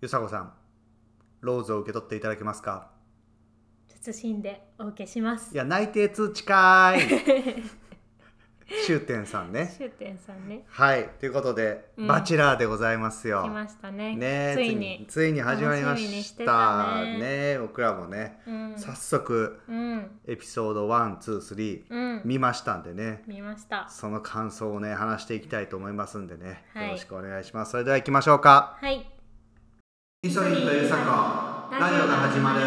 よさこさん、ローズを受け取っていただけますか謹んでお受けします いや、内定通知かーい。終点さんね。終点さんねはい、ということで、うんバチェラーでございますよ。来ましたねねえついについに始まりま楽しみにししてたたねね僕らもね、うん早速うんエピソード123、うん見ましたんでね見ましたその感想をね話していきたいと思いますんでね、はいよろしくお願いしますそれでは行きましょうかはいイソリンとユサコラジオが始まる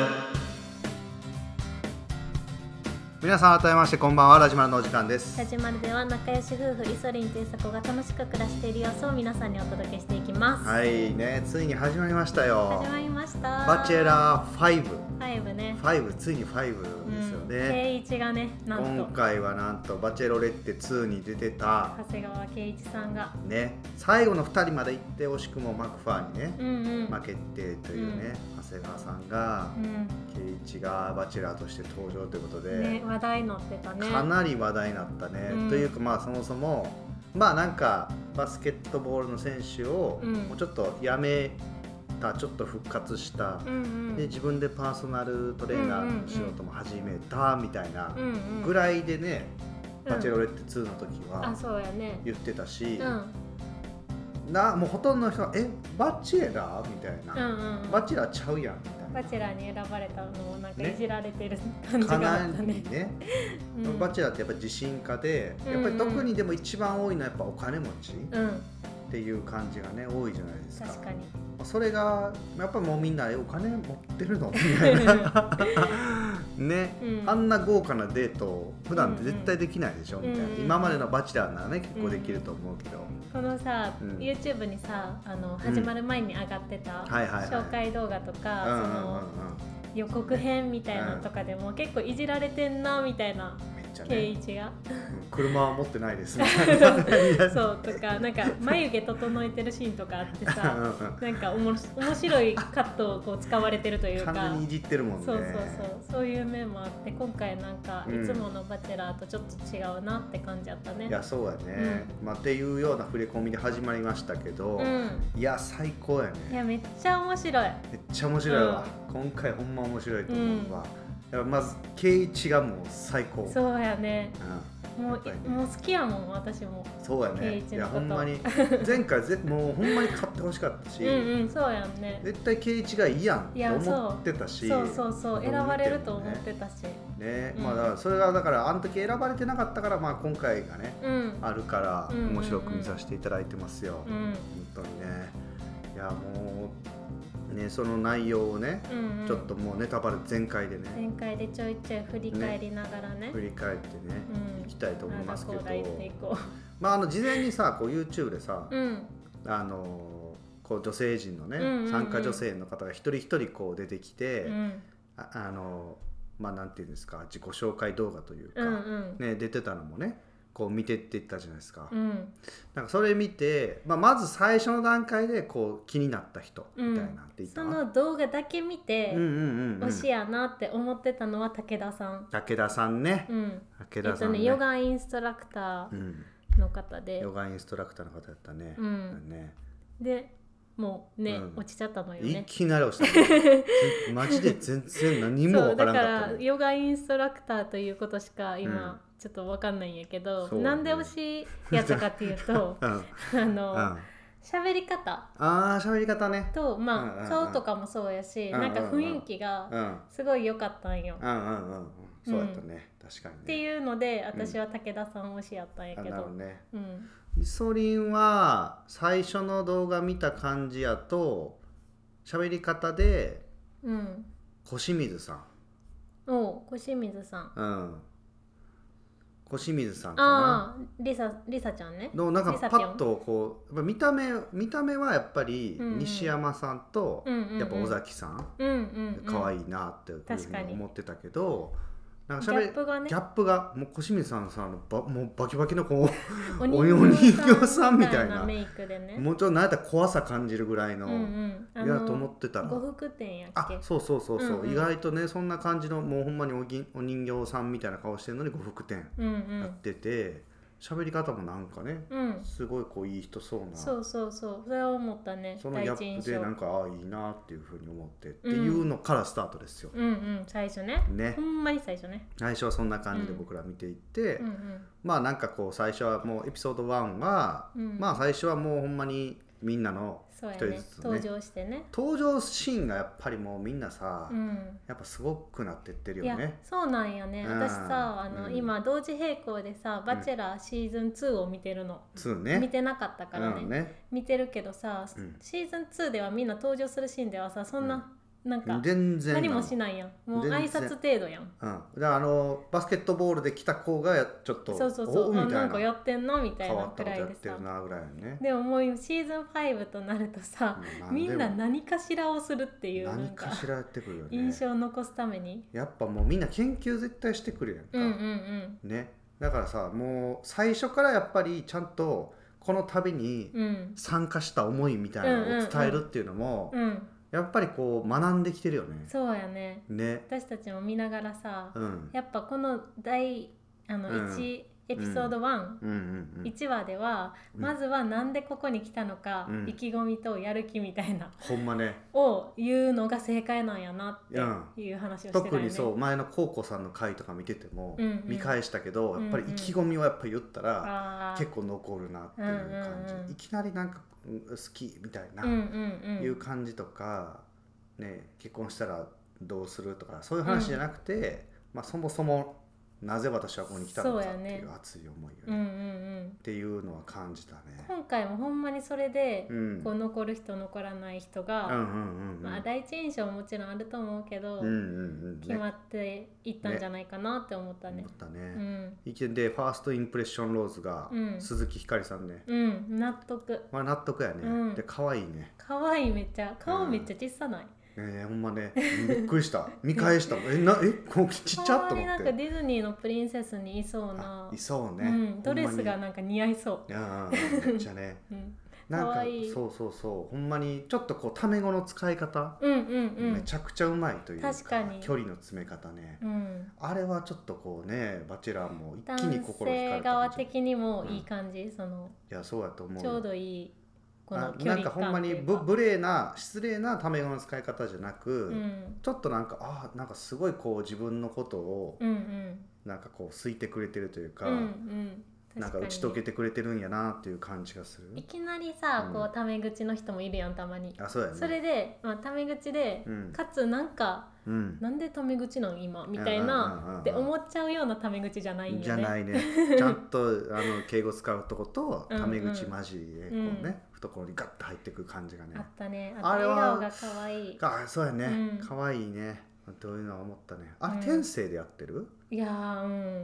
皆さん改めましてこんばんはラジマルのお時間ですラジマルでは仲良し夫婦イソリンというさこが楽しく暮らしている様子を皆さんにお届けしていきます、はいねついに始まりましたよ始まりましたバチェラー5ー5ね5ついに5ですよね、うん、圭一がねなんと今回はなんと「バチェロレッテ2」に出てた、長谷川圭一さんがね、最後の2人まで行って惜しくもマクファーにねう、んうん、負けてというね、長谷川さんがう、ん圭一がバチェラーとして登場ということで、ね、話題になってたねかなり話題になったね、うんというかまあそもそもまあなんかバスケットボールの選手をうんもうちょっとやめたちょっと復活したう、んうんで自分でパーソナルトレーナーの仕事も始めたみたいなうんうんぐらいでね、うんバチェロレッテ2の時はあそうやね言ってたし、うんなもうほとんどの人は「えバチェラー?」みたいうんな、うんうんバチェラーちゃうやん」みたバいチェラーに選ばれたのもなんかねいじられてる感じな。かがあなったりね。ね、うんバチェラーってやっぱ自信家で、やっぱり特にでも一番多いのはやっぱお金持ちうん、っていう感じがね多いじゃないですか確かに。それがやっぱもうみんなえ「お金持ってるの?」みたいな ね、うんあんな豪華なデートを普段って絶対できないでしょ、みたいうんなうん今までの「バチェラー」ならね結構できると思うけど、このさ、うん YouTube にさあのん始まる前に上がってた、はいはいはい紹介動画とうか、んうんうそんの予告編みたいなのとかでも、結構いじられてんなみたいなうんめっちゃ圭ね一がうん車は持ってない ですみたいなそうとかなんか眉毛整えてるシーンとかあってうん さうんなんかおもろ面白いカットをこう使われてるというか完全にいじってるもんねそうそうそうそういう面もあって今回なんかいうんつもの「バチェラー」とちょっと違うなって感じやったね。やそうやね、まあ、っていうような触れ込みで始まりましたけど、うん、いや最高やいねやめっちゃ面白い。めっちゃ面白いわ、今回ほんま面白いと思うわ、やっぱまず圭一がもう最高う、そうやねん、もやっうぱりねもう好きやもん私も。そうや圭ね一いやのこほとんま に前回ぜもうほんまに買ってほしかったし、うんうんそうやんね。絶対圭一がいいやんいやと思ってたしそうそうそうどう見てもね選ばれると思ってたし。ねうんまあだからそれがだからあの時選ばれてなかったからまあ今回がねうん。あるからうんうんうん面白く見させていただいてますよ、うん本当にねいやもうねその内容をね、うんうん、ちょっともうネタバレ全開でね、前回でちょいちょい振り返りながらね。振り返ってね、うんいきたいと思いますけどああだこうだ言っていこまああの事前にさこう YouTube でさ、う。うんあのこう女性陣のね、うんうんうん参加女性の方が一人一人こう出てきて、うんああのまあなんていうんですか自己紹介動画というか、うんうんね、出てたのもねこう見てっていったじゃないですか,、うんなんかそれ見て、まあ、まず最初の段階でこう気になった人みたいなっていた、その動画だけ見て。うんうんうんうん推しやなって思ってたのは武田さん。武田さんね、うん。え武っ田さとんね、ヨガインストラクタうんーの方でヨ、ガインストラクターの方やったね。うんねで、もうね、うん落ちちゃったのよいね。きなり押したね。ずマジで全然何もそわうかだらかんかっらたね。ヨガインストラクターということしかうん今ちょっとわかんないんやけど、そうねなんで推しやったかっていう とうん、うん、あのあ喋り方あー喋り方ね。うとんうんまうんあ顔とかもそうやしうんうんなうんんか雰囲気うがん、うんすごい良かったんよ。うんうんうん、そうやったね、確かにね。ってういうので私は武田さん推しやったんやあけなるほどど。ね。うんイソリンは最初の動画見た感じやと喋り方でうん小清水さおう小清水さんん、うん、小清水さんかな。ああーリサリサちゃんねのなんかリサパピョンッとこうやっぱ見た目見た目はやっぱりうんうん西山さんとうんうんうんやっぱ尾崎さんうんうん、うん、可愛いいなっていうふ確うかにに思ってたけどなんギかャ喋りップがねギャップがもう小清水さんさあのばもうバキバキのこおお人形さんみたいなメイクでねうもうちょっとなんやったら怖さ感じるぐらいの、うんうんあいやのと思ってたら呉服店やっあけそうそうそうそう、うんうん意外とねそんな感じのもうほんまにおぎお人形さんみたいな顔してるのに呉服店うんうやっんてて、喋り方もなんかねうんすごいこういい人そうなそうそうそうそれは思ったねその第ギャ一印ップで象なんかああいいなっていうふうに思ってっていうのからスタートですよ、うんうん最初ねねほんまに最初ね最初はそんな感じでうん僕ら見ていって、うんうんまあなんかこう最初はもうエピソード1は、うんまあ最初はもうほんまにみんなのそうや一人ねずつね登場してね登場シーンがやっぱりもうみんなさ、うんやっぱすごくなってってるいよやねそうなんやねうん私さあの、うん今同時並行でさ「バチェラーシーズン2」を見てるの、 2ね見てなかったからね,、うん、ね見てるけどさ、うんシーズン2ではみんな登場するシーンではさそんな、なんか全然何もしい、ないやんもう全然挨拶程度やんうん、だからあのバスケットボールで来た子がちょっとそうそうそうおあみたないんかなやってんのみたい変わなったくことらやいっでてさるなぐらいのねでももうシーズン5となるとさ、うんみんな何でも何かしらをするっていうな何んかかしらやってくるよね印象を残すために、やっぱもうみんな研究絶対してくるやんか、うんうんうんねだからさもう最初からやっぱりちゃんとこの旅にうん参加した思いみたいなのを伝えるっていうのも、うんやっぱりこう学んできてるよねそうやねね私たちも見ながらさ、うんやっぱこの第あのうん1エピソード1、うんうんうん1話では、うんまずはなんでここに来たのか、うん意気込みとやる気みたいなほんまねを言うのが正解なんやなっていう話をしてたよね。特にそう前の高校さんの回とか見ててもうんうん見返したけど、やっぱり意気込みをやっぱ言ったらあー結構残るなっていう感じ、うんうんうんいきなりなんかうん好きみたいな、うんうんうん、いう感じとか、ね、結婚したらどうするとかそういう話じゃなくて、まあ、そもそもなぜ私はここに来たのかってそうやねいう熱い思いをね、うんうっんうん、ていうのは感じたね。今回もほんまにそれで、うんこう残る人残らない人うんうが、んうんうんまあ、第一印象ももちろんあると思うけど、うんうんうん決ねまっていったんじゃないかなって思ったね思。ったね。うん、意見でファーストインプレッションローズがうん鈴木ひかりさんね、うん、納得。まあ、納得やね、うんで可愛いね可愛いめっちゃ顔めっちゃ小さない。ねほんまねびっくり した見返したもんえなえこうちっちゃほっんとまに思なっんかてディズニーのプリンセスにいそうなあいそうね、うん、ドレほスんまがになんか似合いそうう。んうんうんめっちゃねうん、なんかかわいいそうそうそうほんまにちょっとこうタメ語の使い方、うんうんうめん。ちゃくちゃうまいというか確かに距離の詰め方ね、うん、あれはちょっとこうねバチェラーも一気に心惹男か性れた側感じい的にもいい感じ、そのやそうやと思うちょういどいいこのな距ん離かほんま感といにうかぶ無礼な失礼なタメ語の使い方じゃなく、うんちょっとなんかあーなんかすごいこう自分のことをうんうんなんかこう好いてくれてるというか、うんうんなんか打ち解けてくれてるんやなっていう感じがするいきなりさうんこうタメ口の人もいるやんたまに、あそうやねそれで、まあ、タメ口で、うんかつなんかうんなんでタメ口なん今みたいうんうんうんうんなって思っちゃうようなタメ口じゃないんよねじゃない ねちゃんとあの敬語使うとことうんうんタメ口混じりでこうね、うん懐にガッと入ってくる感じがねあったねあとあれ笑は顔が可愛いあそうやね、うんかわいいねどういうのは思ったねあれ、うん天性でやってるいやー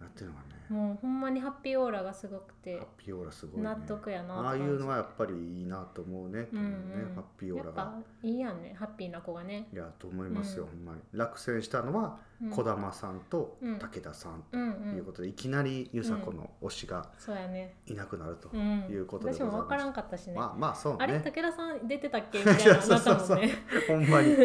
やってるのがねうんもうほんまにハッピーオーラがすごくてハッピーオーラすごいね納得やなああって感じいうのはやっぱりいいなと思うね,、うんねうんハッピーオーラやがっぱいいやんねハッピーな子がねいやと思いますよ、うんほんまに落選したのはうん児玉さんとうん武田さんうんとういうんことで、いきなりゆさこの推しがそうやねいなくなると、うんいうことでご私ざいまもす分からんかったしねまあまあそうねあれ武田さん出てたっけみたい ないやそうなっそうたそもうんねほんま に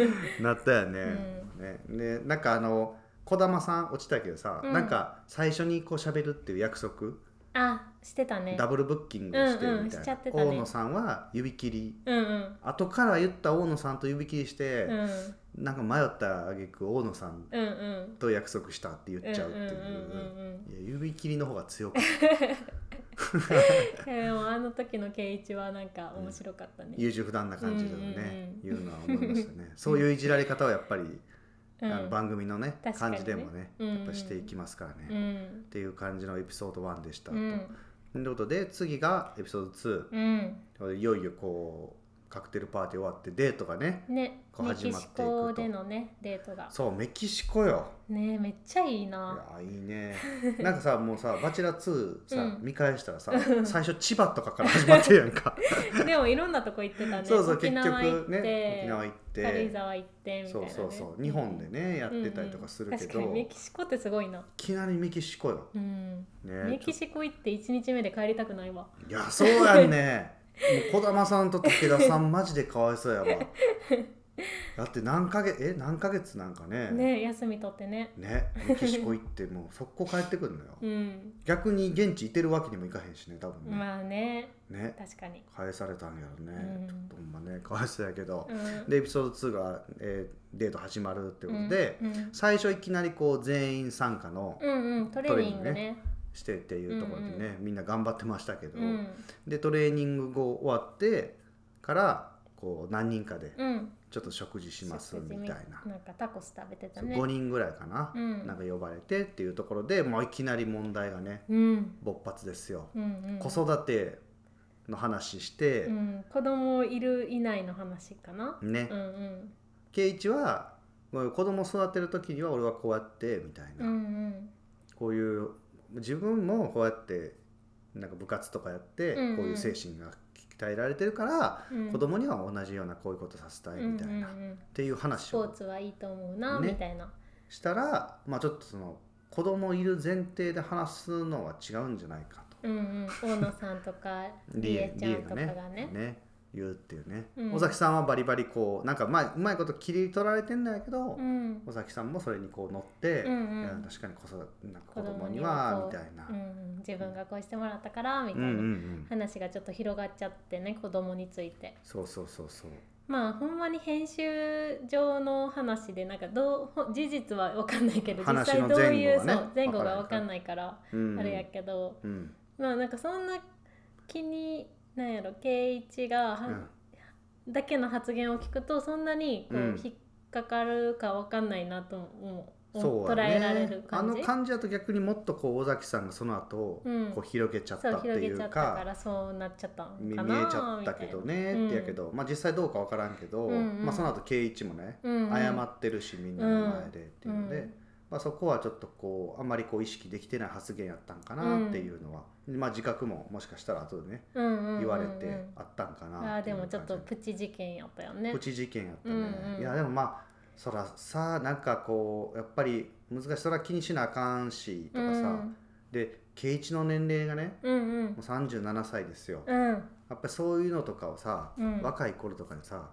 なったよね。ねでなんかあの児玉さん落ちたけどさ、うんなんか最初にこう喋るっていう約束、あしてたねダブルブッキングをしてるみたいうんうんしちな、ゃってたね大野さんは指切りうんうん後から言った大野さんと指切りしてう、んなんか迷った挙句大野さんうんうんと約束したって言っちゃうっていう,、うんうんうんうんいや指切りの方が 強くてでもあの時の圭一はなんか面白かったね、優柔不断な感じだよね、ういうのは思いましたねそういういじられ方はやっぱり、うん、あの番組のね確か感にねじでもねうんうんやっぱしていきますからね、うっんていう感じのエピソード1でした、うんということで次がエピソーうんド2いよいよこうカクテルパーティー終わってデートがねねこうメ始キまってシいくとコでのねデートがそうメキシコよねめっちゃいいいなやいいねなんかさもうさ「バチェラー2さ」うん見返したら さ最初千葉とかから始まってるやんかでもいろんなとこ行ってたねそうそう結沖縄行っ局て、ね沖縄行って軽井沢行ってみたいな、そね、うそうそう日本でねやってたりとかするけど、うんうん確かにメいキシコってすごいな、きなりメキシコよ、うん、ね、メキシコ行って1日目で帰りたくないわい やそうやんねもう児玉さんと武田さんマジでかわいそうやわだって何ヶ月え何ヶ月なんかねね休み取ってねねメキシコ行ってもう速攻帰ってくるのよ、うん逆に現地いてるわけにもいかへんしね多分ね,、まあねね確かに返されたんやろね、うんちょっとほんまねかわいそうやけどう、んでエピソード2が、えーデート始まるってことで、うんうん最初いきなりこう全員参加のうんうんトレーニングねしてっていうところでね、みんな頑張ってましたけど、うんでトレーニング後終わってからこう何人かでうんちょっと食事しますみたいな、なんかタコス食べてたそうね5人ぐらいかな、うんなんか呼ばれてっていうところでもういきなり問題がねうん勃発ですよ、うんうん子育ての話してう、ん子供いるいないの話かなね、うんうん圭一はもう子供育てる時には俺はこうやってみたいな、うんこういう自分もこうやってなんか部活とかやって、うんうんこういう精神が鍛えられてるから、うん子供には同じようなこういうことさせたいみたいな、うっんうんうんていうス話ポーをツはいいと思うな、ねみたいなしたら、まあ、ちょっとその子供いる前提で話すのは違うんじゃないかとうんうん大野さんと かりえちゃんとかがね言うっていうね、うん尾崎さんはバリバリこうなんかまあうまいこと切り取られてんだけど、うん尾崎さんもそれにこう乗って、うんうんいや確かに子育てなんか子供にはみたいな、うんうん、自分がこうしてもらったからみたういんう、なんうん、話がちょっと広がっちゃってね子供についてそうそうそうそうまあほんまに編集上の話でなんかどうほ事実は分かんないけど実話際のどういう前後がねそう前後がわ分かからなんないからうんあれやけど、うんまあなんかそんな気になんやろ圭一が、はうんだけの発言を聞くとそんなにこう、うん引っかかるかわかんないなともうそう捉やえられねるあ感のじ感じだと逆にもっとこう尾崎さんがその後、うんこう広げちゃったそうって広いげちゃうったかからそうなっちゃったみん見かえなちゃったけどねみたいなってやけど、まあ実際どうかわからんけど、うんうんまあ、その後圭一もね、うんうん謝ってるしみんなの前でっていうので、うんまあ、そこはちょっとこうあんまりこう意識できてない発言やったんかなっていうのは、まあ自覚ももしかしたら後でねうんうんうんうん言われてあったんかなあーっていでうもちょっと感じプチ事件やったよねプチ事件やったね、うんうんいやでもまあそらさなんかこうやっぱり難しいそら気にしなあかんしとかさ、うんで圭一の年齢がねうんうんもう37歳ですよ、やうんっぱりそういうのとかをさ、うん若い頃とかにさ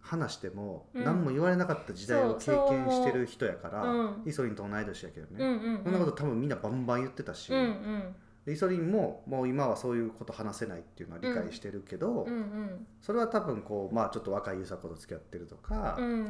話してもうん何も言われなかった時代を経そうそう験してる人やから、うんイソリンと同い年やけどね、うんうんそんなこと多分みんなバンバン言ってたし、うんうんでイソリンももう今はそういうこと話せないっていうのは理解してるけど、うんうんそれは多分こうまあちょっと若い優作子と付き合ってるとかうんう、ん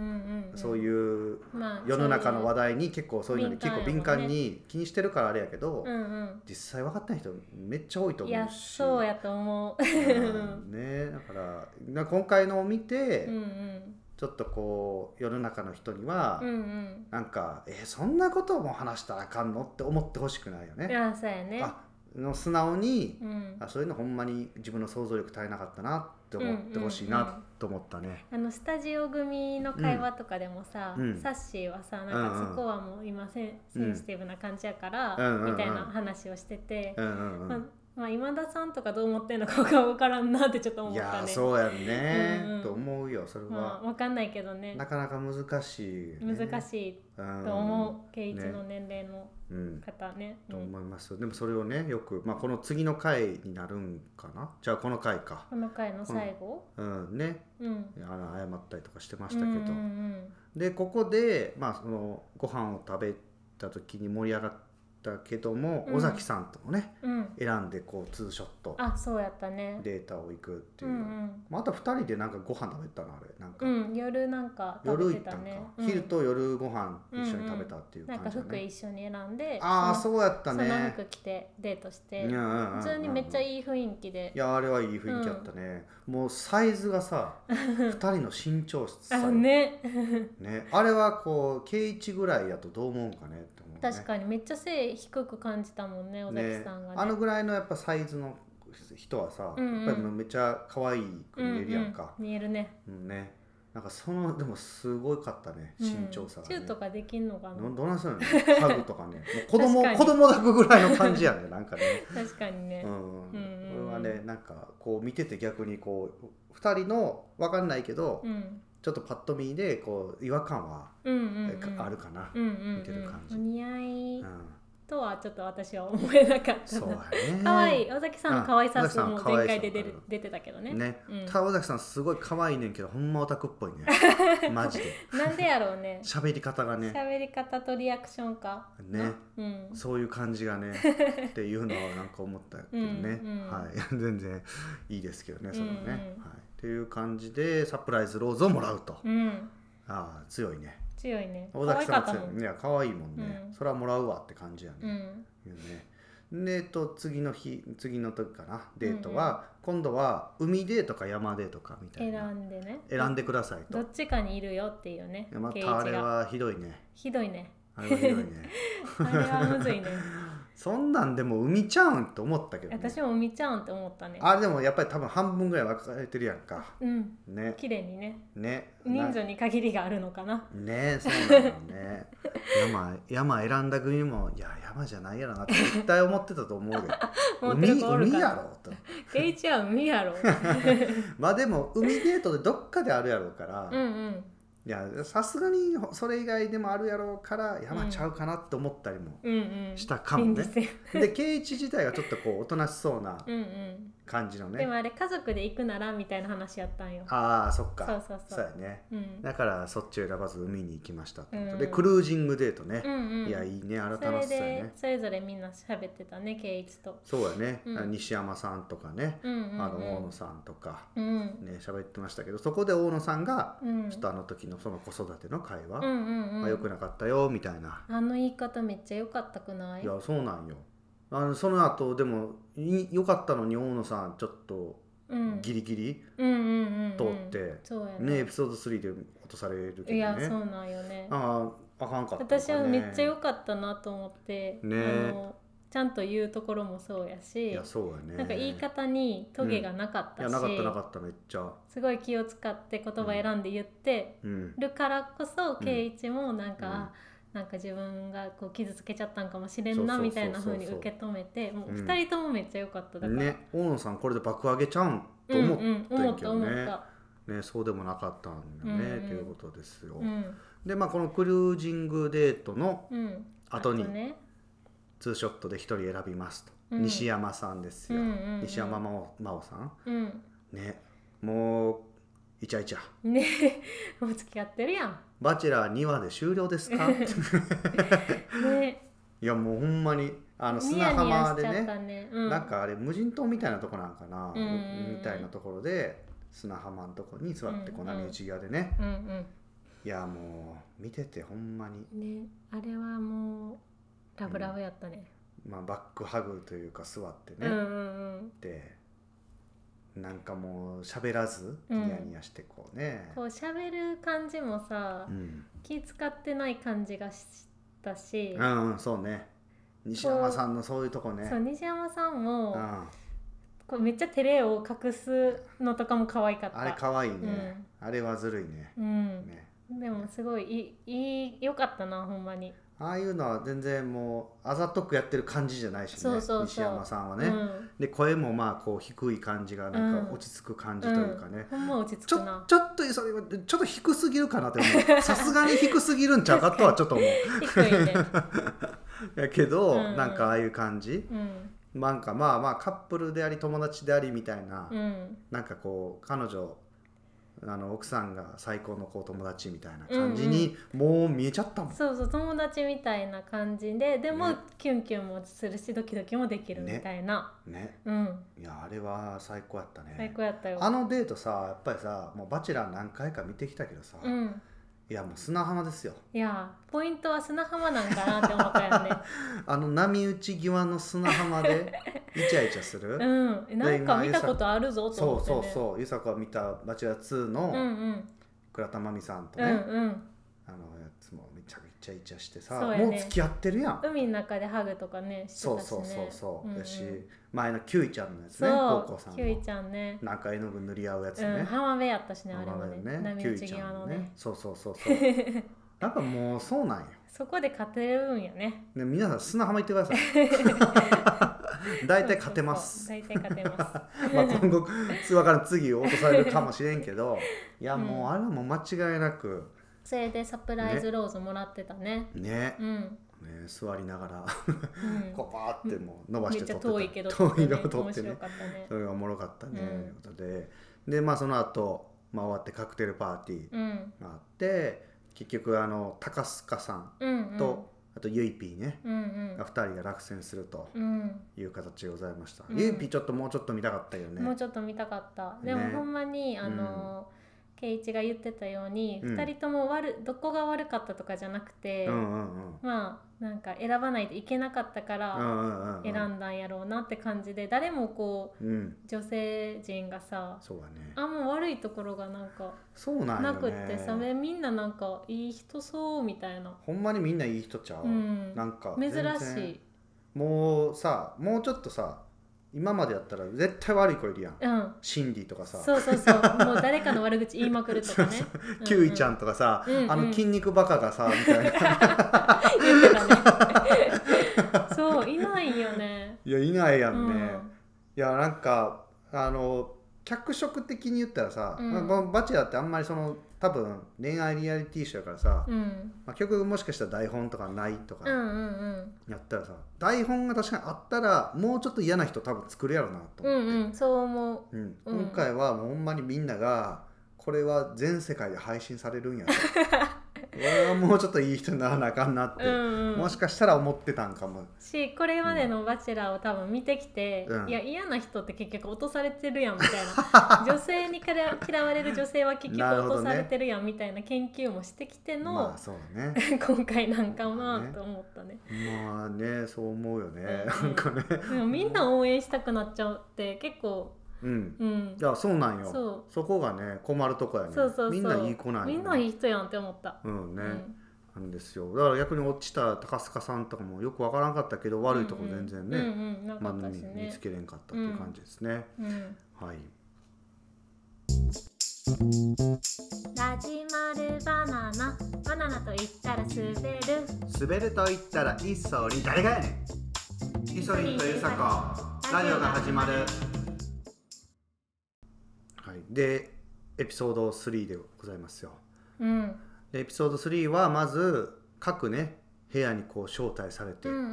うんそういうまあ世の中の話題題に結構そういうのに結構敏敏感や感もんねに気にしてるからあれやけど、うん実際分かってない人めっちゃ多いとうんい思うやしそうやと思ううんねだからな今回のを見て、うんうんちょっとこう世の中の人には、うんうんなんかえそんなことも話したらあかんのって思ってほしくないよね。あそうやねあの素直に、うんあそういうのほんまに自分の想像力足りなかったなって思ってほしいなと思ったね。あのスタジオ組の会話とかでもさ、うんサッシーはさうなんんうんかそこはもう今セン,、センシティブな感じやから、うんうんみたいな話をしてて、うんうんうんまあまあ、今田さんとかどう思ってんのかが分からんなってちょっと思いったやーね。そうやんね、うんうんと思うよそれは。まあ、分かんないけどねなかなか難しい、難いしいとと思う圭一、の年齢のうん、うん方ね。うとん思いますでもそれをねよく、まあ、この次の回になるんかなじゃあこの回か、この回の最後、うん、ねうん、あの謝ったりとかしてましたけど、うんうんでここで、まあ、そのご飯を食べた時に盛り上がったけども、うん尾崎さんともねうんうん、選んでこうツーショットあそうやったね。データを行くってういんう、うんまた2人でなんかご飯食べたのあれなんか、うん、夜なんか食夜べ行てったたんか、ね。昼うんと夜ご飯一緒に食べたっていうなん感かじだね、服一緒に選んでああそのそうやったねその服着てデートしてうんうんうんうん普通にめっちゃいい雰囲気でいやあれはいい雰囲気あったね、もうサイズが さ2人の身長差あねねあれはこう圭一ぐらいやとどう思うんかねって思うね確かにめっちゃ背低く感じたもんね尾崎さんあがねのぐらいのやっぱサイズの人はさ、うんうんやっぱりめっちゃ可愛くうんうん見えるやんか、見えるねうんねなんかそのでもすごかったね身長差が、ねうんチューとかできんのかなどどないするのハグとか ねもう子供確かに子供抱くぐらいの感じやねなんか ね確かにねうんうんうんこれはねなんかこう見てて逆にこう2人の分かんないけど、うんちょっとパッと見でこう違和感はうんうんえうんあるかな、うんうんうん見てる感じお似合いうんとはちょっと私は思えなかったそうなやね可愛い尾崎さんの可愛あさ尾崎さんもの可愛さ前回で出るうん出てたけどねね、うんただ尾崎さんすごい可愛いねんけどほんまオタクっぽいね マジでなんでやろ うね喋り方がね喋り方とリアクションかなねうんそういう感じが ねっていうのはなんか思ったけどね、うんうんはい 全然いいですけどねそれはね、うんうんはい、っていう感じでサプライズローズをもらうと、うんああ強いね強いね尾可崎愛さかんったはも強いいんや可愛いもんね、うんそれはもらうわって感じやね、うんいうねでえっと次の日次の時かなデートは、今度は海デートか山デートかみたい選なんでね選んでくださいとどっちかにいるよっていうねま圭一たあれがはひどいねひど いねあれはひ どいねあれはむず いねそんなんでも海ちゃうんと思ったけど、ね、私も見ちゃうんって思ったねあれでもやっぱり多分半分ぐらい分かれてるやんかうんね綺麗にねね人数に限りがあるのかな なねそうなのね山山選んだ組もいや山じゃないやろなって絶対思ってたと思うで 思ってる海子おる海かやらろと圭一は海 やろまあでも海デートでどっかであるやろうから、うんうんいやさすがにそれ以外でもあるやろうから山ちゃうかなって思ったりも、うんうんしたかもね現実で圭一自体がちょっとこうおとなしそうなうんうん感じのね、でもあれ家族で行くならみたいな話やったんよああそっかそうそうそうやねうんだからそっちを選ばず海に行きましたってことで、うんクルージングデートねう、んうんいやいいねあれそ楽れしそうやでねそれぞれみんな喋ってたね圭一とそうやね、うん西山さんとかね、うんうんうんあの大野さんとかうんね喋ってましたけどそこで大野さんがうんちょっとあの時のその子育ての会話、うんうんまうあ、ん良くなかったよみたいなあの言い方めっちゃ良かったくないいやそうなんよあのその後でもい良かったのに大野さんちょっとうんギリギリ、うんうんうんうん通ってそうやねエピソード3で落とされるけどいやねそうなんよねあああかんかったのかね、私はめっちゃ良かったなと思って、ねあのちゃんと言うところもそうやしいやそうやねなんか言い方にトゲがなかっいたやし、なかったなかっためっちゃすごい気を使って言葉選んで言ってうんるからこそん圭一もなんか、うんあなんか自分がこう傷つけちゃったんかもしれそんうそうそなうそうみたいな風に受け止めてもううん2人ともめっちゃ良かっただから、ね大野さんこれで爆上げちゃうんとうん思うってんん、思っけたど思ね,、った、ねそうでもなかったんだね、うんうんということですよ、うんでまあこのクルージングデートのうん、後にあとねツーショットで一人選びますと、うん西山さんですよ、うんうんうん西山真央真央さんうんねもうイチャイチャね もう付き合ってるやん「バチェラー2話で終了です か? 」ねいやもうほんまにあのニ砂ヤニヤ浜でしちねゃったねうんなんかあれ無人島みたいなとこなんかな、うんうんうんみたいなところで砂浜のとこに座ってこううんうん波打ち際でね、うんいやもう見ててほんまに、うんねあれはもうラブラブやったね、まあ、バックハグというか座ってうんね、うんうんでなんかもう喋らずうニんヤニヤしてこうね、こう喋る感じもさ、うん気使ってない感じがしたし、うん、そうね西山さんのそういうとこねそう西山さんも、うん、こうめっちゃ照れを隠すのとかも可愛かったあれ可愛いね、あれはずるいね,、うん、ねでもすごいいいいいよかったなほんまに、ああいうのは全然もうあざとくやってる感じじゃないしねそうそうそう西山さんはね、うんで声もまあこう低い感じがなんか落ち着く感じというかね、ほんま落ち着ちょくなちょっとそれはちょっと低すぎるかなって思うさすがに低すぎるんちゃうかとはちょっと思う低い ね、やけど、うんなんかああいう感じうんなんかまあまあカップルであり友達でありみたいな、うん、なんかこう彼女あの奥さんが最高のこう友達みたいな感じに、もう見えちゃったもんそうそう友達みたいな感じででも、ねキュンキュンもするしドキドキもできるみたいな、ねうんいやあれは最高やったね最高やったよあのデートさやっぱりさもう「バチェラー」何回か見てきたけどさ、うんいやもう砂浜ですよいやポイントは砂浜なんかなって思っ たよねあの波打ち際の砂浜 でイチャイチャする、うんなんか見たことあるぞとそ思うって、ね、そうそうゆさこが見た「バチェラー2」ううんのうん倉田真美さんとうね、んうんあのやつもめちゃくちゃイチャイチャしてさ、そうやねもう付き合ってるやん、海の中でハグとかねしてそうたしそねうそうそう、んんやし前のキュウイちゃんのやつそねう高校さんキュウイのちゃんねなんか絵の具塗り合うやつうん、ね、浜辺やったしねあれ浜も辺ねのね波キュウ打イちち際ゃんののねねそうそうそう そうやっぱもうそうなんよそこで勝てるんよねね皆さん砂浜行ってくだ さい大体勝てますそうそうそう大体勝てます まあ今後わからん次落とされるかもしれんけどいやもうあれはもう間違いなくそれでサプライズローズもらってたねねうんね、座りなが らうんこうバーってもう伸ばめしってちゃ撮遠っいてけたど撮ってねのを撮面ってね白かったねそれがおもろかったね、うんということででまあその後、まあ終わってカクテルパーティーうんがあって結局あの高須賀さんうんうんと、あとゆいぴーね、うんが2人が落選するとうんいう形でございました、うんゆいぴーちょっともうちょっと見たかったようんもうねちょっと見たかったでもねほんまにあの圭一が言ってたようにうん2人とも悪どこが悪かったとかじゃなくてうんうんうんまあなんか選ばないといけなかったかうらんうんうん選んだんやろうなって感じで誰もこうんう女性陣がさそうだねあんま悪いところがなんかそうなんよなねくってさみんななんかいい人そうみたいなほんまにみんないい人ちゃう、うんなんか珍全然しいもうさもうちょっとさ今までやったら絶対悪い子いるやんうんシンディとかさそうそうそうもう誰かの悪口言いまくるとかね そううキュウイちゃんんとかさ、うんうんあの筋肉バカがさみ たいな言ってた ねそういないよねいやいないやうんね、いんやなんかあの脚色的に言ったらさ、うんまあバチェラーってあんまりその多分恋愛リアリティーショーやからさ、うんまあ、曲もしかしたら台本とかないとかうんうんやったらさ、台本が確かにあったらもうちょっと嫌な人多分作るやろうなとうんう思って、んうんそう思ううんうん今回はもうほんまにみんながこれは全世界で配信されるんや と俺はもうちょっといい人にならなあかんなって、うんうんもしかしたら思ってたんかもしこれまでの「バチェラー」を多分見てきて、うんいや嫌な人って結局落とされてるやんみたい な女性にから嫌われる女性は結局なるほ落どねとされてるやんみたいな研究もしてきての、まあそうだね今回なんかなと思ったねまあねそう思うよね、うんなんかねでもみんな応援したくなっちゃうって結構、うんうんい、やそうなんよそこがね困るとこやねそうそうそうみんないい子なんよ、ね、みんないい人やんって思った、うんね、うんなんですよだから逆に落ちた高須賀さんとかもよくわからんかったけど悪いとこ全然ね、うんうんなかまあ、った見し見ねつ、けれんかったっていう感じですね、うん、はいラジマルバナナバナナと言ったら滑る滑ると言ったらイソリン誰がやねんイソリンとユサコラジオが始まるはいでエピソード3でございますようんでエピソード3はまず各ね部屋にこう招待されて、うんうんう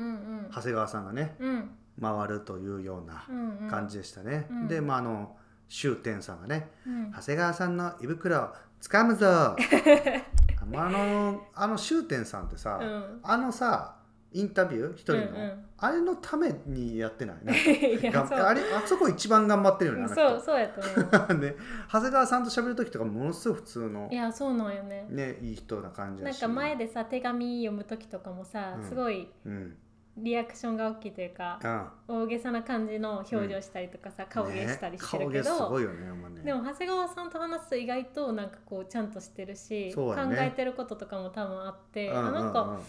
ん長谷川さんがねうん回るというようなうんうん感じでしたね、うんでまああの終点さんがねうん長谷川さんの胃袋を掴むぞ あのあのあの終点さんってさ、うんあのさインタビュー一人の、うんうんあれのためにやってないなんか いやがそうあれあそこ一番頑張ってるよねあのそう人そうやと思 ね長谷川さんと喋る時とかものすごい普通のういやそうなんよねねいい人な感じなだんしか前でさ手紙読む時とかもさ、うんすごいうんリアクションが大きいというかあ大げさな感じの表情したりとかさ、顔芸したりしてるけね、顔芸すど、ごいよねほんまねでも長谷川さんと話すと意外となんかこうちゃんとしてるし、そう考やねえてることとかも多分あって、うんうんあうんなんか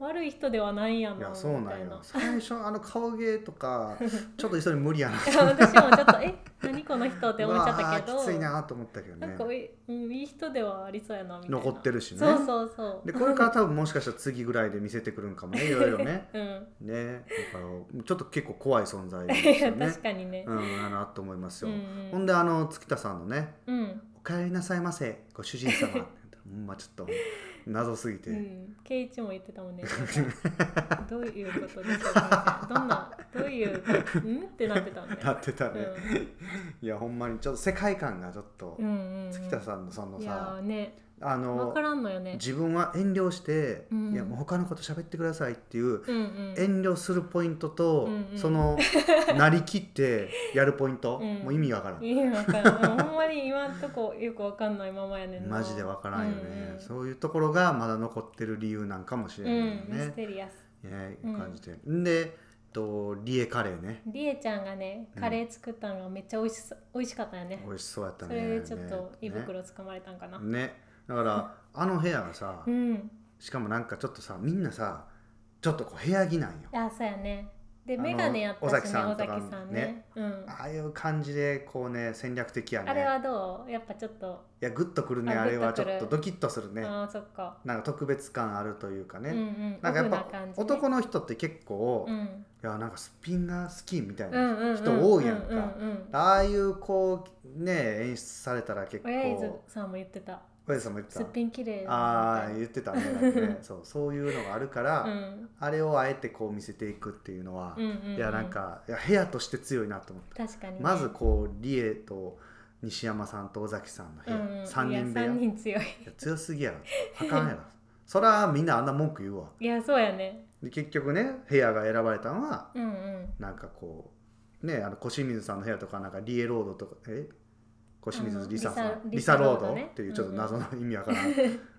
悪い人ではないやんいなやみそうなたんいよな。最初あの顔芸とか ちょっと一緒に無理やないや私もちょっと「え 何この人?」って思っちゃったけうわどーきついなと思ったけどなんねかい,、うん、いい人ではありそうやなみたいな残ってるしねそうそうそうでこれから多分もしかしたら次ぐらいで見せてくるんかもねいろいろねうんねだからちょっと結構怖い存在です いよやね確かにねうんあのあと思いますうよ、んほんであの月田さんのねうん「お帰りなさいませご主人様」ほんまちょっと謎すぎて、うん圭一も言って たもんねなんかどういうことでしょうかみたいなどんなどういううんってなってたんだなよってたね、いやほんまにちょっと世界観がちょっと、うんうんうん月田さんのそのいやさーねあ分のからんのよね自分は遠慮して、うんいやもう他のこと喋ってくださいっていううんうん遠慮するポイントと、うんうんその なりきってやるポイント、うんもう意味わからん、いや分からんうんほんまに今んとこよく分かんないままやねんなマジでわからんよね、うんうんそういうところがまだ残ってる理由なんかもしれうないよねん、ミス、テリアスねうん感じて、ん、でえっとリエカレーねりえちゃんがねうんカレー作ったのがめっちゃ美味しそ美味しかったよね美味しそうやったそねれでちょっと胃ね袋つかまれたんかな、ねだからあの部屋がさうんしかもなんかちょっとさみんなさちょっとこう部屋着なんよあそうやねであのメガネやったし尾崎ねさん尾と崎かさんねねうん、ああいう感じでこうね戦略的やねあれはどうやっぱちょっと、いやグッとくるねああれはグちッとょくるっとドキッとするねああそっか、なんか特別感あるというかね、うんうんなんかやっオぱフな感じね男の人って結構、ういんやなんかスピンが好きみたいうんなうんうん人多いやんか、うんうんうんああいうこうね演出されたら結構親伊豆さんも言ってた親父さんも言ってすったぴん綺麗ああみ言ってたねなんか ねそうそういうのがあるから、たいなうんあれをあえてこう見せていくっていうのは、うんうんうんいやなんかいや部屋として強いなと思った、確かにねまずこう理恵と西山さんと尾崎さんの部う屋、んうん3人部い屋や三い人強いや強すぎやろあかんやろそらみんなあんな文句言うわいやそうやねで結局ね部屋が選ばれたのはうんうんなんかこうねあの小清水さんの部屋とかなんかリエロードとかえ小清あ水のリサさんリリササローリサロードドねっていうちょっと謎の意味わからん、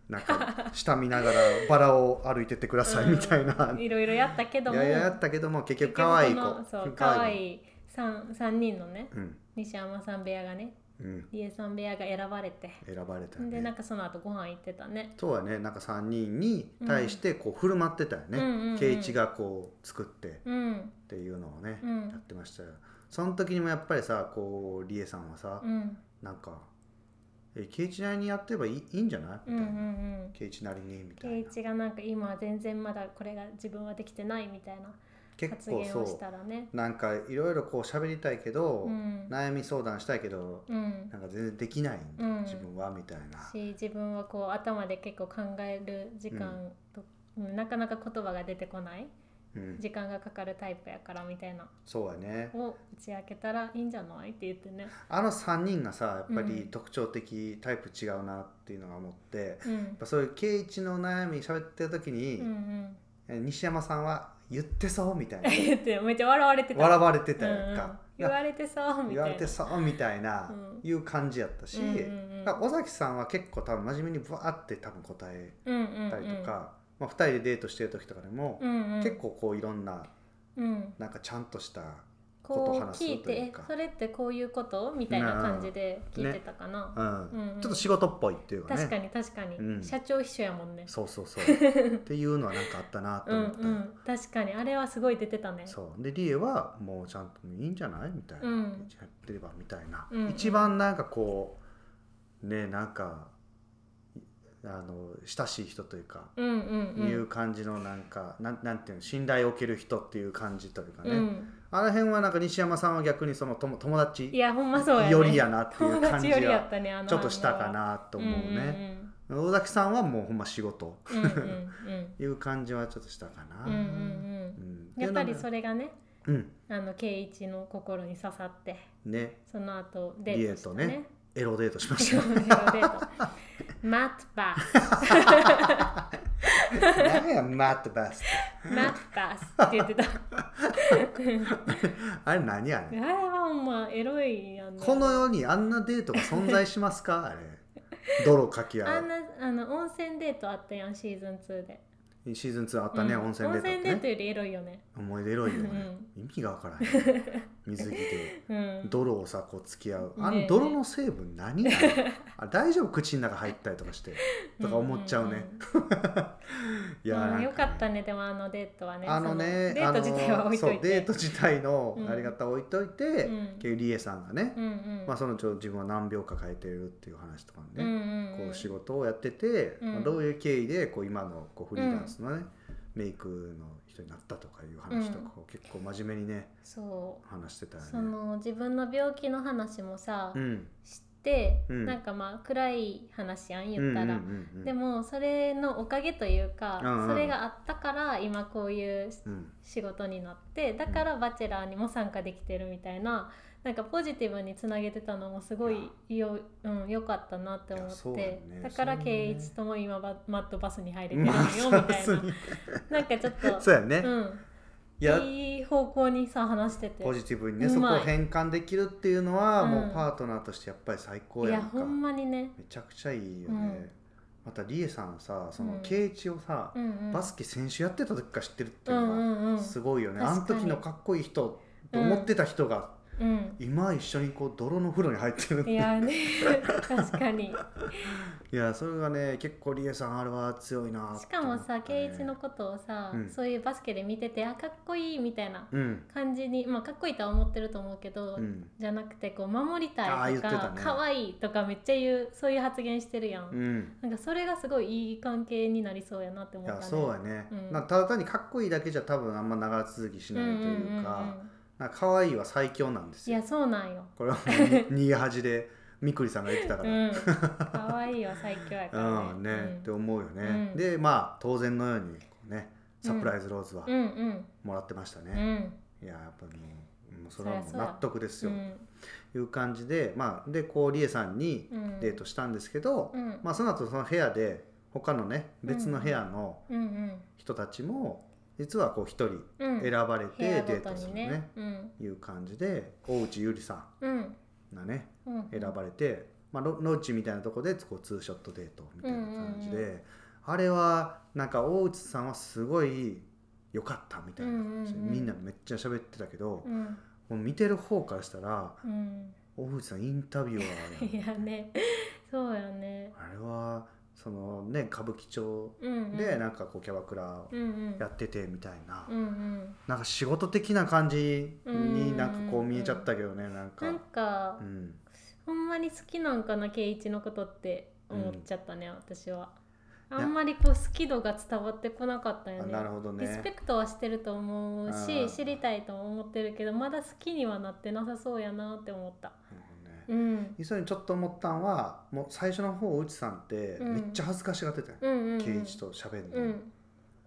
なんか下見ながらバラを歩いてってくださいみたいな、うんいろいろやったけどいもやいややったけども結局可愛い子結局このそう可可愛い愛い三三人のねうん西山さん部屋がねうん理恵さん部屋が選ばれて選ばれたよでなんねかその後ご飯行ってたねそうはねなんか3人に対してこう振る舞ってたようんうんうんうねん圭一、がこう作ってっうんていうのをね、うんやってましたよその時にもやっぱりさこうリエさんはさ、うんなんか「えケイチなりにやってればいいいいんじゃない?」うんうみたいな「んうんケイチなりに」みた圭いな一がなんか今は全然まだこれが自分はできてないみたいな結発構言をしそたらねうなんかいろいろこう喋りたいけど、うん悩み相談したいけどうんなんか全然できないんだ、うん自分はみたいなし自分はこう頭で結構考える時間と、うんなかなか言葉が出てこないうん、時間がかかるタイプやからみたいなそうやねを打ち明けたらいいんじゃないって言っ てねあの3人がさやっぱうりん特徴的タイプ違うなっていうのが思って、やうんっぱそういうケイチの悩み喋ってる時うに、んえ西山さんは「言ってそう」みたいうんな 言ってめっちゃ笑われてた笑われてたうやんんかうん、言われてそうみ言たわいれなてそうみたいな、うんいう感じやったし、うんうんうんだから尾崎さんは結構多分真面目にブワーって多分答えうんうんうんたりとか、まあ、2人でデートしてる時とかでも、うんうん結構こういろんなうんなんかちゃんとしたことこをう話す聞いといてうかえそれってこういうことみたいな感じで聞いてたかな、うんうんうんちょっと仕事っぽいっていうかね確かに確かに、うん社長秘書やもんねそうそうそうっていうのはなんかあったなとうん思って、うん確かにあれはすごい出てたねそうでリエはもうちゃんといいんじゃないみたいな、うんやってればみたいな、うんうん一番なんかこうねなんかあの親しい人というか、うんうんうんいう感じのなんか、なんなんていうの信頼を受ける人っていう感じというかね、うん、あの辺はなんか西山さんは逆にその友友達いやほんまそうやねよりやなっていう友感じ達よりやっはたねあのちょっとしたかなと思うね尾崎さんはもうほんま仕事うんう んうんいう感じはちょっとしたかな、うんうんううんんうんやっぱりそれがねうんあの圭一の心に刺さってねその後デートしたリエねエロデートしましデた ートマットバス何 やマットバスマットバスって言ってたあれ何やあねれはほんまエロいやんこの世にあんなデートが存在しますか あれ泥かきあ合んなあの温泉デートあったやんシーズン2でうシーズン2あったね、うん温泉デートってねよりエロいよね思い出エロいよね、意味がわからへん水着でうん泥をさこう付き合うあねえねのえ泥の成分何なのあれ大丈夫口の中入ったりとかしてとか思っちゃうね、いいや、なんうんねよかったねでもあのデートはねあのねそのデート自体は置いとあいのそうデてート自体のうんありがたを置いといて、うん結局リエさんがね、うんうんまあ、そのちょ自分は何秒か変えてるっていう話とかうんね、うんうんこう仕事をやってて、うんまあどういう経緯でこう今のこうフリーランスのね、メイクの人になったとかいう話とかを結構真面目にねそう話してたよね。その自分の病気の話もさ、うん知って、うんなんかまあ暗い話やん言ったら、うんうんうんうんでもそれのおかげというか、うんうんそれがあったから今こういううん仕事になってだからバチェラーにも参加できてるみたいななんかポジティブにつなげてたのもすごいよ,、うん、よかったなって思いやっそうだてねだ,、かそらうだね圭一とも今バマットバスに入れてるよまあみたいそう ななんかちょっ と、そうやね、うん、いやいい方向にさ話しててポジティブにねうそこまいを変換できるっていうのは、うんもうパートナーとしてやっぱり最高いややんかほんまにね、めちゃくちゃいいよね、うんまたリエさんさそのうん圭一をさ、うんうん、バスケ選手やってた時から知ってるってういうんうのんうんがすごいよね、あ確かのに時のかっこいい人と思ってた人が、うん今一緒にこう泥の風呂に入ってるっていい やね確かにやそれがね結構リエさんあれは強いなしかもさ圭一の子ことをさ、うんそういうバスケで見ててあかっこいいみたいなうん感じに、まあ、かっこいいとは思ってると思うけど、うんじゃなくてこう守りあたー言いとってたかね可愛、いとかめっちゃ言うそういう発言してるやん、うんなんかそれがすごいいい関係になりそうやなって思いったやねそうやね、うんなんかただ単にかっこいいだけじゃ多分あんま長続きしうんなういんとうんいううか、んなんか可愛いは最強なんですいよや そうなんよこれはもうに逃げ恥でみくりさんが言ってたかうら ん可愛いよ最強やからうんねね、って思うよね、うんでまあ当然のようにこうねサプライズローズはうんうんもらってましたね、うんうんいややっぱもうもうそれはもそうりゃそう納だ得ですうよ、んいう感じでまあでこうリエさんにうんデートしたんですけど、うんまあその後その部屋で他のね別の部屋のうんうん人たちも実はこう一人うん選ばれて部デ屋ごーとトするにね,、ねうんいう感じで大内ゆりさうんんがねうん選ばれて、まあ、ロロッチみたいなとこでこうツーショットデートみたいな感じで、うんうんうあれはなんか大内さんはすごい良かったみたいな感じで、うんうんうんみんなめっちゃ喋ってたけど、うんもう見てる方からしたらうん大内さんインタビュアー いやんやねそうやねあれはそのね歌舞伎町うんうんでなんかこうキャバクラうんうんやっててみたいな、うんうんなんか仕事的な感じにうんなんかこう見えちゃったけどねなんかなんかうんほんまに好きなんかな圭一のことって思っちゃったね、私はやあんまりこう好き度が伝わってこなかったよあねなるほどねリスペクトはしてると思うあしー知りたいとも思ってるけどまだ好きにはなってなさそうやなって思ったなるほどねうん一緒にちょっと思ったんはもう最初の方内さんってうんめっちゃ恥ずかしがってたよ、うんうんうん圭一と喋んの、うん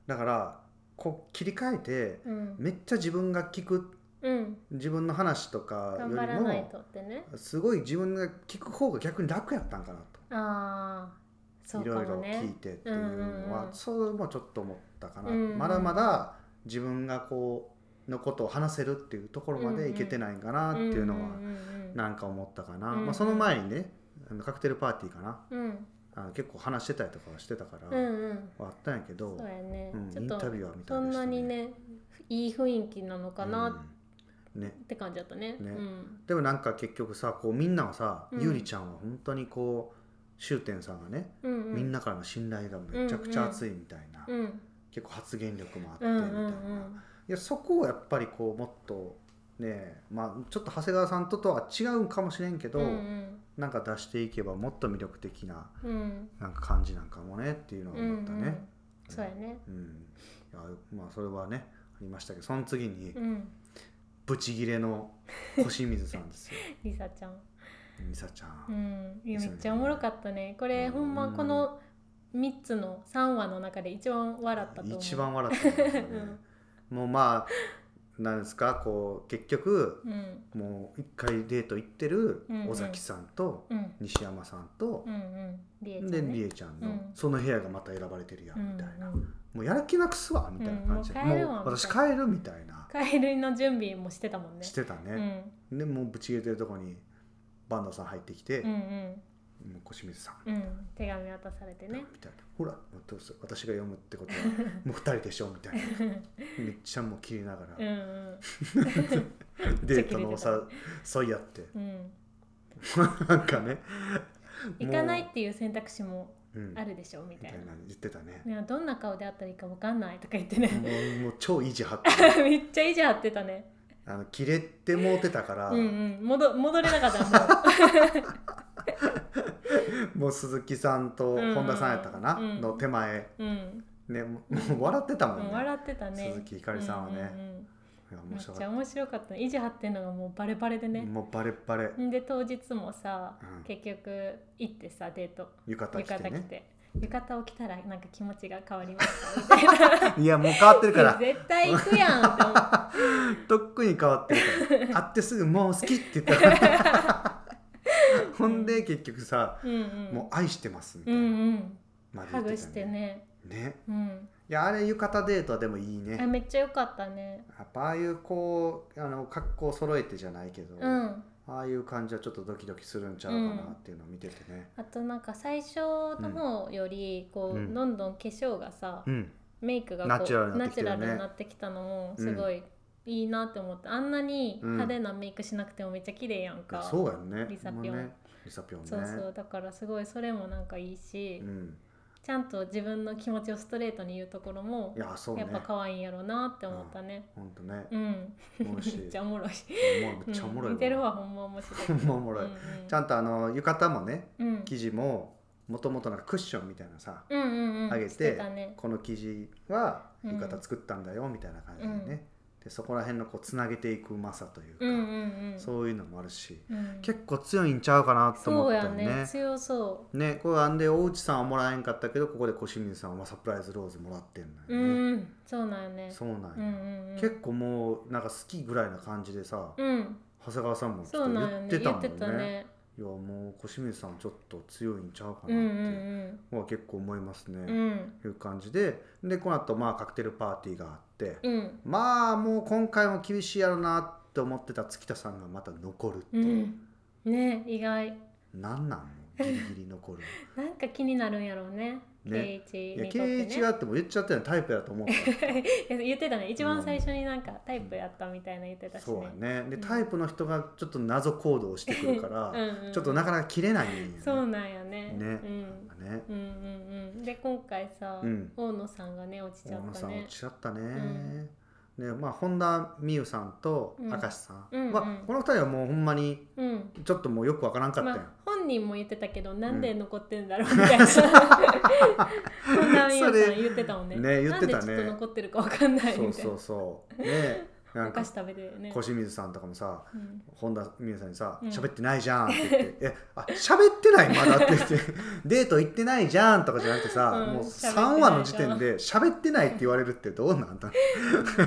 だからこう切り替えてうんめっちゃ自分が聞くうん自分の話とかよ頑り張らないともってねすごい自分が聞く方が逆に楽やったんかなと。ああそういかろいもろね聞いてっていうのうんうんはうんそれもちょっと思ったかな、うんうんまだまだ自分がこうのことを話せるっていうところまでいけてないんかなっていうのはうんうんなんか思ったかな、うんうんまあ、その前にねあのカクテルパーティーかなうんうんあの結構話してたりとかはしてたから、うんうんあったんやけどそうやね、うんちイょンっタとビュアーみたそいんでしなたにねいい雰囲気なのかなっうんねって感じだったね。ねうん、でもなんか結局さこうみんなはさ、うんゆりちゃんは本当にこう終点さんがね、うんうん、みんなからの信頼がめちゃくちゃ熱いみたいな、うん、結構発言力もあってうみんたういな、んいやそこをやっぱりこうもっとねまあちょっと長谷川さんととは違うんかもしれんけど、うんうんなんか出していけばもっと魅力的なうんなんか感じなんかもねっていうのはうん思ったね。うんそうやね。うんいやまあそれはねありましたけどその次にうん、ブチギレの星水さんです よリサちゃん。美沙ちゃ。うんん、いリやめサねっちゃおもろかったね。これ、うんほんまこの三つの三話の中で一番笑ったと思う。一番笑ったんですよね、もうまあなんですかこう結局うんもう一回デート行ってるうんうん尾崎さんとうん西山さんとうんうんリエちゃん、ね。でりえちゃんの、うんその部屋がまた選ばれてるやうみんたいな、んうんもうやる気なくすわみたいな感じで、うんもう帰るわもう私帰るみたいなカエルの準備もしてたもんね。してたうね、んでもうぶち切れてるとこにバンダさん入ってきてうんうん「もう小清水さんうん手紙渡されて」ね。みたいな「ほらどうする私が読むって ことはもう二人でしょ」みたいなめっちゃもう切りながうんらうんデートのさそいやって うん。なんかね行かないっていう選択肢ももううんあるでしょみたみいたな。いな言ってたねねどんな顔であったらいいかわかんないとか言ってねもうもう超意地張って めっちゃ意地張ってたねあの切れてもうてたから、うんうん戻戻れなかったももう鈴木さんと本田さんやったかな、うんうんうんの手前う、うん、ねもうもう笑ってたもんもねう笑ってたね鈴木ひかりさんはねうんうんうんいやめ面っ白ちかゃっ面白かったね意地張ってんのがもうバレバレでた、ね、もうバレバレん、で当日もさ、うん結局行ってさデート浴衣浴着て衣着ねて浴衣を着たらなんか気持ちが変わりましたみたいないやもう変わってる から絶対行くやんって思ってとっくに変わってるから会ってすぐ「もう好き」って言ったら ほんで結局さうん「うんもう愛してます」みたういんな、うんまでハ言グってたしてねねうんいやあれ浴衣デートはでもいいあねめっちゃ良かったねやっぱああいうこうあの格好揃えてじゃないけど、うんああいう感じはちょっとドキドキするんちゃうかなっていうのを見ててねあとなんか最初の方よりこう、うんどんどん化粧がさ、うんメイクがこうナチュラルになナってきチてるュねラルになってきたのもすごいいいなって思って、あんなに派手なメイクしなくてもめっちゃ綺麗やいんやか、そうやんねリサピョほンんまねリサピョンねそうそうだからすごいそれもなんかいいし、うん、ちゃんと自分の気持ちをストレートに言うところもいやそうやねっぱ可愛いんやろうなって思ったね。ほんと ねうん、おもろいし めっちゃおもろい。もうめっちゃおもろいわうん、見てるわほんま面白 い。ほんまおもろいうんうん、ちゃんとあの浴衣もねうん生地ももともとなんかクッションみたいなさうんうんうん、あげしててたね。この生地は浴衣作ったんだよみたいな感じでねでそこら辺のこうつなげていくうまさというか、うんうんうんそういうのもあるしうん結構強いんちゃうかなと思そうったやよねね。強そねこれあんで大内さんはもらえんかったけどここで小清水さんはサプライズローズもらってんううのよね。んそうなんよねそうなんうや、んうんうん結構もうなんか好きぐらいな感じでさ、うん長谷川さんもちょそっうとなん言っよねてた言もっんてねたねいやもう小清水さんちょっと強いんちゃうかなって、うんうん僕は結構思いますね。うんうんいう感じででこの後まあカクテルパーティーがあって、うんまあもう今回も厳しいやろなって思ってた月田さんがまた残るってういう、んね意外なんなんのギリギリ残る なんか気になるんやろうねね圭い一やにとっ圭てね一がっても言っちゃったよねタイプだと 思ったいや言ってたね一番最初になんかタイプやったみたいな言ってたしそうやねねでうんタイプの人がちょっと謎行動をしてくるから、うんうんちょっとなかなか切れないんよねそうなんやねねうんねうんうんうんで今回さ、うん大野さんがね落ちちゃ大っ野たさんね落ちちゃったね、んでまあ本田美優さんとうん明石さん、うんうんまあ、この二人はもうほんまにうんちょっともうよくわからんかったやまん、あ、本人も言ってたけどなんで残ってんだろう みたいな、本田美優さん言ってたもんねそれね言ってたねなんでちょっと残ってるかわかんないみたいそなうそうそう ねなおんか菓子食べてね小清水さんとかもさうん本田美優さんにさ「うん喋ってないじゃん」って言って「えあ喋ってないまだ」って言って 「デート行ってないじゃん」とかじゃなくてさ、うんもう喋ってない3話の時点で「喋ってない」って言われるってどう なんだめ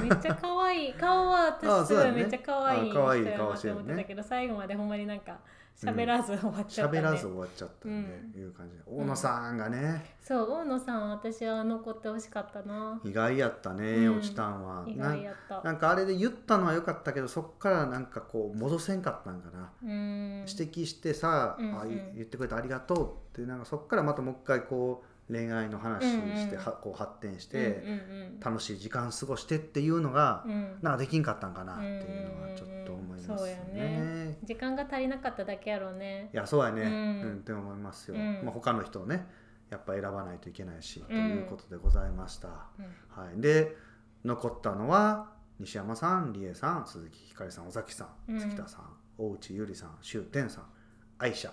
っちゃ可愛い顔はあ私そすうごだいねめっちゃ可愛いあ人可愛いや顔なしっててるね思ってたけど最後までほんまになんか喋らず終わっちゃった喋ねらず終わっちゃったんで、いう感じで大野さんがね、そう大野さんは私は残ってほしかったな意外やったね、うん落ちたんは意な外やったなんかあれで言ったのは良かったけどそっからなんかこう戻せんかったんかなうーん指摘してさ、うんうんあ言言ってくれてありがとうってなんかそっからまたもう一回こう恋愛の話して、うんうんはこう発展して、うんうん楽しい時間過ごしてっていうのが、うんうんなんかできんかったんかなっていうのはちょっと思いますね。そうやね時間が足りなかっただけやろうねいやそうやね、ううんっんて思いますよ。うんまあ、他の人をねやっぱ選ばないといけないし、んということでございました。うんはい、で残ったのは西山さん理恵さん鈴木ひかりさん尾崎さんうん月田さん、大内ゆりさん周天さん愛車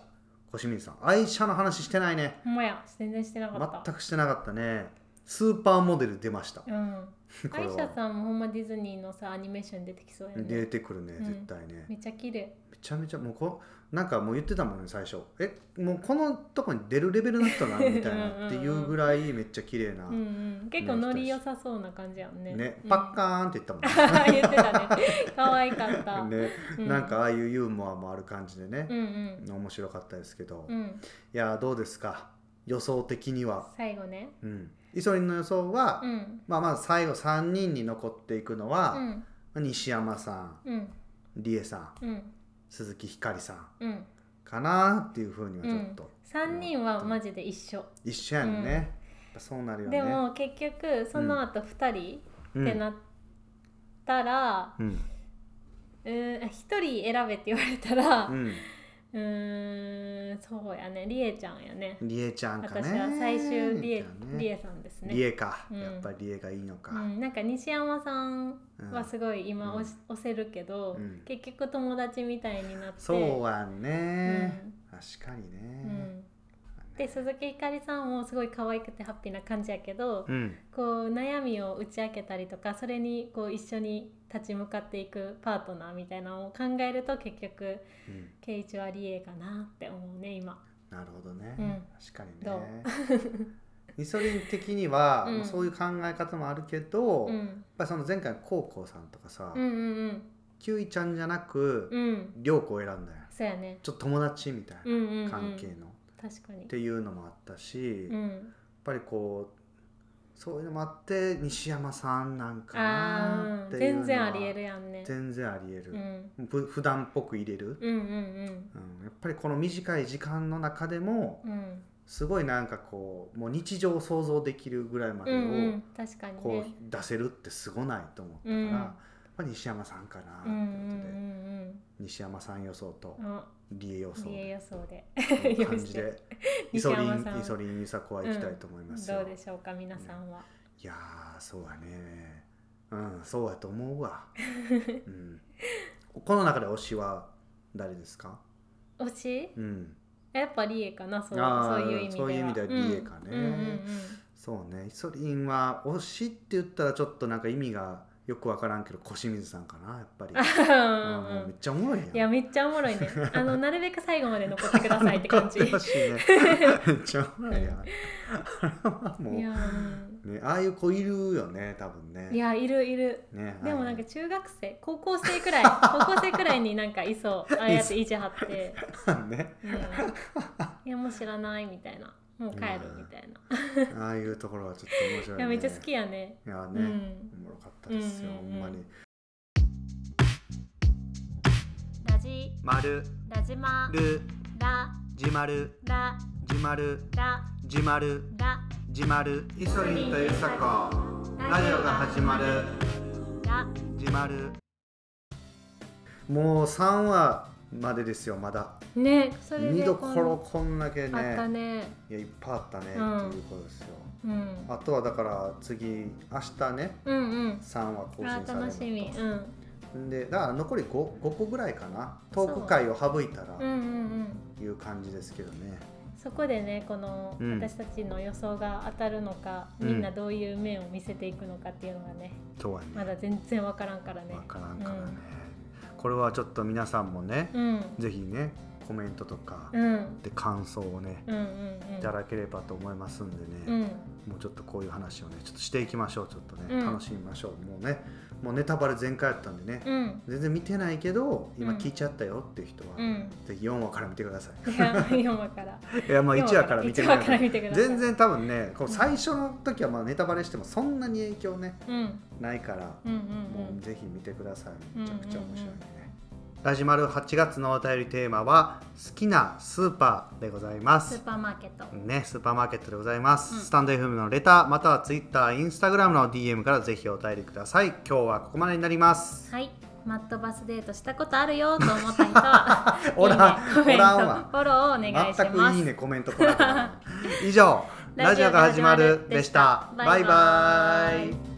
小清水さん愛車の話してないねほんまや全然してなかった全くしてなかったねスーパーモデル出ました こうんアれイシャはさんもほんまディズニーのさアニメーション出てきそうや出ねてくるねうん絶対ね、めっちゃ綺麗めちゃめちゃもうこなんかもう言ってたもんね最初えもうこのとこに出るレベルの人 なみたいなっていうぐらいめっちゃ綺麗なうんうん結構ノリ良さそうな感じやんねねうんパッカーンって言ったもんね 言ってたね可愛かった、 ね、うんなんかああいうユーモアもある感じでねうん、うん面白かったですけど、ういんやーどうですか予想的には、最後ねうん、イソリンの予想は、うんまあまず最後3人に残っていくのうは、ん西山さんうん理恵さんうん鈴木ひかりさんうんかなっていうふうにはちょっと、 3人はマジで一緒、一緒やんね、うんやっぱそうなるよねでも結局その後2人うんってなったら、うんうーん、1人選べって言われたらううんーんそうやねりえちゃんやね理恵ちゃんかね私は最終りえり恵えさんですね理恵か、うんやっぱり理恵がいいのか、うん、なんか西山さんうんはすごい今押し、押せるけど、うん結局友達みたいになってそうやんね、確かにね、うんうんで鈴木ひかりさんもすごい可愛くてハッピーな感じやけど、うんこう悩みを打ち明けたりとかそれにこう一緒に立ち向かっていくパートナーみたいなのを考えると結局うん圭一はリエかなって思うね今。なるほどね、うん確かにどね イソリン的には、うんまあそういう考え方もあるけど、うやっん、ぱりその前回のコウコウさんとかさ、うんうんキュウイちゃんじゃなく、うんうんリョウコを選んだよそうやね。ちょっと友達みたいうんうんう、なん関係の、っ確かにて。いうのもあったし、うやっん、ぱりこうそういうのもあって西山さんなんかあなっあていうのは全然ありえるやんね。全然ありえるう、ん、ふ普段っぽく入れる、うんうんうんやっぱりこの短い時間の中でもうんうんすごいなんかこうもう日常を想像できるぐらいまでうんうをん確かにね。こう出せるってすごないと思ったから、うんやっぱり西山さんかなってこうんうとんで、うん西山さん予想とうん。あ、理恵予想理恵で予想で。こういう感用意じして でイ西ソリ山ンさんイソリンユサコは行きたいと思いますよ、どうでしょうか皆さんは。いやーそうだねうんそうやと思う わ、うん、この中で推しは誰ですか、推し？うん、やっぱリエかなそうあそーういう意味でそは。ういう意味ではリエかねうんうんうんうんそうねイソリンは推しって言ったらちょっとなんか意味がよく分からんけど小清水さんかなやっぱ りあんもううんめっちゃおもろいやんいやめっちゃおもろいねあのなるべく最後まで残ってくださいって 感じい残ってほやしいねめっちゃおもろいやん あれはもううんね、ああいう子いるよね多分ねいやいるいるねでもなんかち中学生高校生く らい高校生くらいになんかいそうああやって意地張って、ょっと ねうん、いやもう知らないみたいなもう帰るみたいな、ああいうところはちょっと面白い、ね、いやめっちゃ好きやねいやうね、んおもろかったですよ、うんうんほうんんまにラジまるラジマるラじまるラじまるラじまるラじまるイソリンとユサコラジオが始まるラじまるもう3話までですよまだねそれで見どころんこんだけねあったねいやいっぱいあったね、うんっていうことですようんあとはだから次明日ねうんうん3話更新さあれるー楽しみ、うん、でだから残り 5, 5個ぐらいかなトーク会を省いたらうんうんうんいう感じですけどねそこでねこのうん私たちの予想が当たるのか、うんみんなどういう面を見せていくのかっていうのがねとはねまだ全然わからんからね分からんからね、これはちょっと皆さんもね、うんぜひねコメントとかうんうんで感想をね、うんうんいただければと思いますんでうね、んもうちょっとこういう話をねちょっとしていきましょうちょっとね、うん楽しみましょうもうねもうネタバレ全開やったんでね、うん全然見てないけど今うん聞いちゃったよっていう人は、うんぜひ4話から見てくださいや4話からいいやまあ1話 から見てくだ一話さからい見てください全然多分ねこう最初の時はまあネタバレしてもそんなに影響ねうんないから、うんうんもうぜひ見てください。めちゃくちゃ面白いんでね。うラジマル8月のお便りテーマは好きなスーパーでございまスーす。パーマーケットね、スーパーマーケットでございます、うんスタンド FM のレターまたは Twitter、Instagram の DM からぜひお便りください今日はここまでになりますはいマットバスデートしたことあるよと思った人は おらん いいねコメントおらんわフォローお願いし全まくすいいねコメン ト来なくなる以上ラジオが始まるでしたラジオが始バイバまるでしたバイバイイ